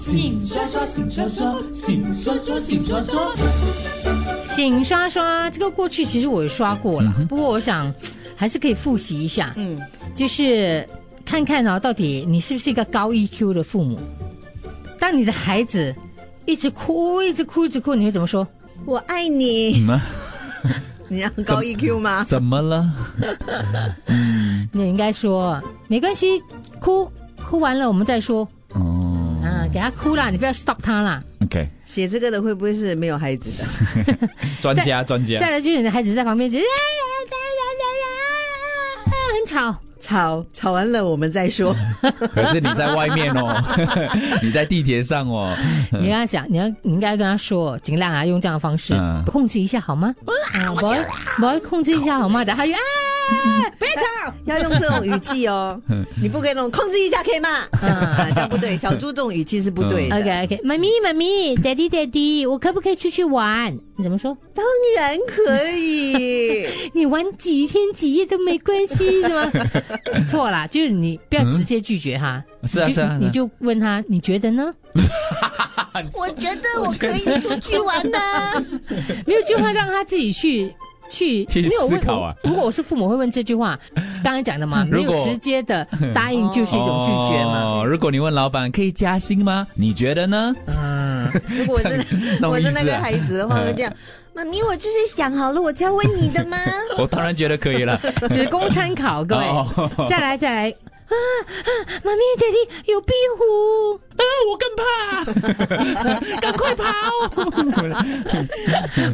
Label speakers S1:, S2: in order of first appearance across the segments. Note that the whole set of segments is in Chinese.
S1: 醒刷刷，醒刷刷，醒刷刷，醒刷刷。
S2: 请刷刷，这个过去其实我也刷过了，不过我想还是可以复习一下，
S3: 嗯，
S2: 就是看看哦，到底你是不是一个高 EQ 的父母？当你的孩子一直哭，一直哭，一直哭，你会怎么说？
S3: 我爱你。
S1: 你们
S3: 你要高 EQ 吗？
S1: 怎么了？
S2: 你应该说没关系，哭哭完了我们再说，
S1: 哦
S2: 嗯，给他哭啦，你不要 stop 他啦。
S1: ，OK，
S3: 写这个的会不会是没有孩子的？
S1: 专家专
S2: 再
S1: 家，
S2: 来就是你的孩子在旁边只是很吵，
S3: 吵吵完了我们再说。
S1: 可是你在外 面哦，你在地铁上哦，
S2: 你跟他讲，你要你应该跟他说，尽量啊用这样的方式、
S1: 嗯
S2: 控制一下好吗？啊，我要我要控制一下好吗？等下又啊，
S3: 嗯
S2: 不要吵。
S3: 要用这种语气哦，你不可以那种控制一下可以吗？啊，这样不对，小猪这种语气是不对的。
S2: 嗯 OK OK，妈咪妈咪，Daddy Daddy，我可不可以出去玩？你怎么说？
S3: 当然可以，
S2: 你玩几天几夜都没关系，是 吗？错啦，就是你不要直接拒绝他，
S1: 是啊
S2: 你就是
S1: 啊是啊
S2: 你就问他你觉得 呢？
S3: 我觉得我可以出去玩啊呢。
S2: 没有句话让他自己去。去
S1: 去
S2: 因为我问
S1: 思考啊
S2: 我
S1: 嗯
S2: 如果我是父母，会问这句话。刚才讲的嘛，没
S1: 如果嗯
S2: 有直接的答应就是一种拒绝嘛。
S1: 哦，如果你问老板可以加薪吗？你觉得呢？
S3: 如果我是
S1: 那种
S3: 我
S1: 意
S3: 是
S1: 思啊
S3: 那个孩子的话，
S1: 嗯
S3: 我就这样，妈咪，我就是想好了，我才问你的吗？
S1: 我当然觉得可以了。
S2: 只供参考， 各位。
S1: 哦
S2: 再来，再来啊啊！妈咪爹地有壁虎，
S1: 啊，我更怕，
S2: 赶快跑！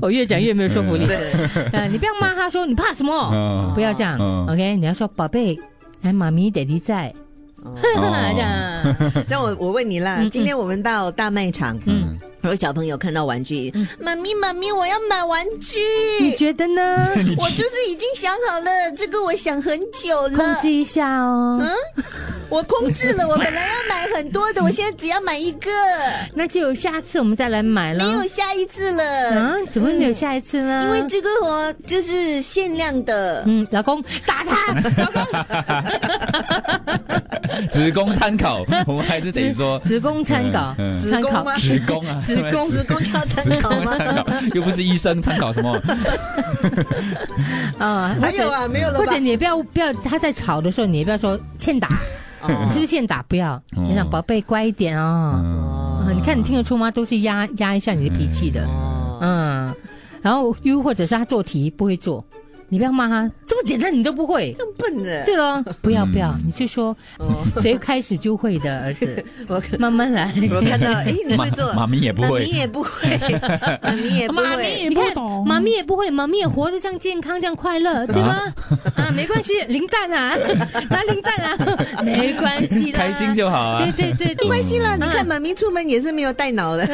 S2: 我越讲越没有说服力。
S3: 嗯
S2: 呃，你不要骂他说你怕什么，
S1: 嗯
S2: 不要这样。
S1: 嗯
S2: OK，你要说宝贝，哎，妈咪爹地在，
S3: 哦
S1: 哦
S2: 嗯这样。
S3: 这样我我问你啦
S2: 嗯，嗯
S3: 今天我们到大卖场，
S2: 嗯，
S3: 有小朋友看到玩具，妈咪妈咪，我要买玩具。
S2: 你觉得 呢？
S3: 我就是已经想好了，这个我想很久
S2: 控
S3: 了。
S2: 制一下哦。
S3: 嗯我控制了，我本来要买很 多的，我现在只要买一个，
S2: 那就下次我们再来买
S3: 没
S2: 了
S3: 有。下一次了。
S2: 啊？怎么会没有下一次呢？
S3: 因为这呃个我就是限量的，
S2: 嗯，老公打他，老公
S1: 只供参 考，我们还是得说
S2: 子宫参考
S1: 嗯嗯，
S2: 参考
S3: 哦子宫吗
S1: 只供啊，
S2: 子 宫
S3: 子宫要参考吗？
S1: 参考，又不是医生参考 什么？
S2: 啊，或
S3: 还
S2: 者
S3: 有啊，没有了
S2: 或
S3: 吧
S2: 者？你也不要不要他在吵的时候，你也不要说欠 打，
S3: 哦
S2: 是不是欠打？不要，你讲宝贝乖一点哦。啊你看你听得出吗？都是压压一下你的脾气的，嗯。然后又或者是他做题不会做，你不要骂他，这么简单你都不会。
S3: 这么笨的，
S2: 对了，不要不要，你就说
S3: 哦
S2: 谁开始就会的儿子，
S3: 我
S2: 慢慢来。
S3: 我看到，哎，你会做，
S1: 妈咪也不
S3: 妈
S1: 会
S3: 咪也不会， 妈咪也不会，
S2: 你看，妈咪也不会，妈咪也活得这样健康，这样快乐，对吗？啊，没关系，零蛋啊， 拿零蛋啊，没关系啦，
S1: 开心就好啊
S2: 对对对，没嗯
S3: 关系啦，你看妈咪出门也是没有带脑的。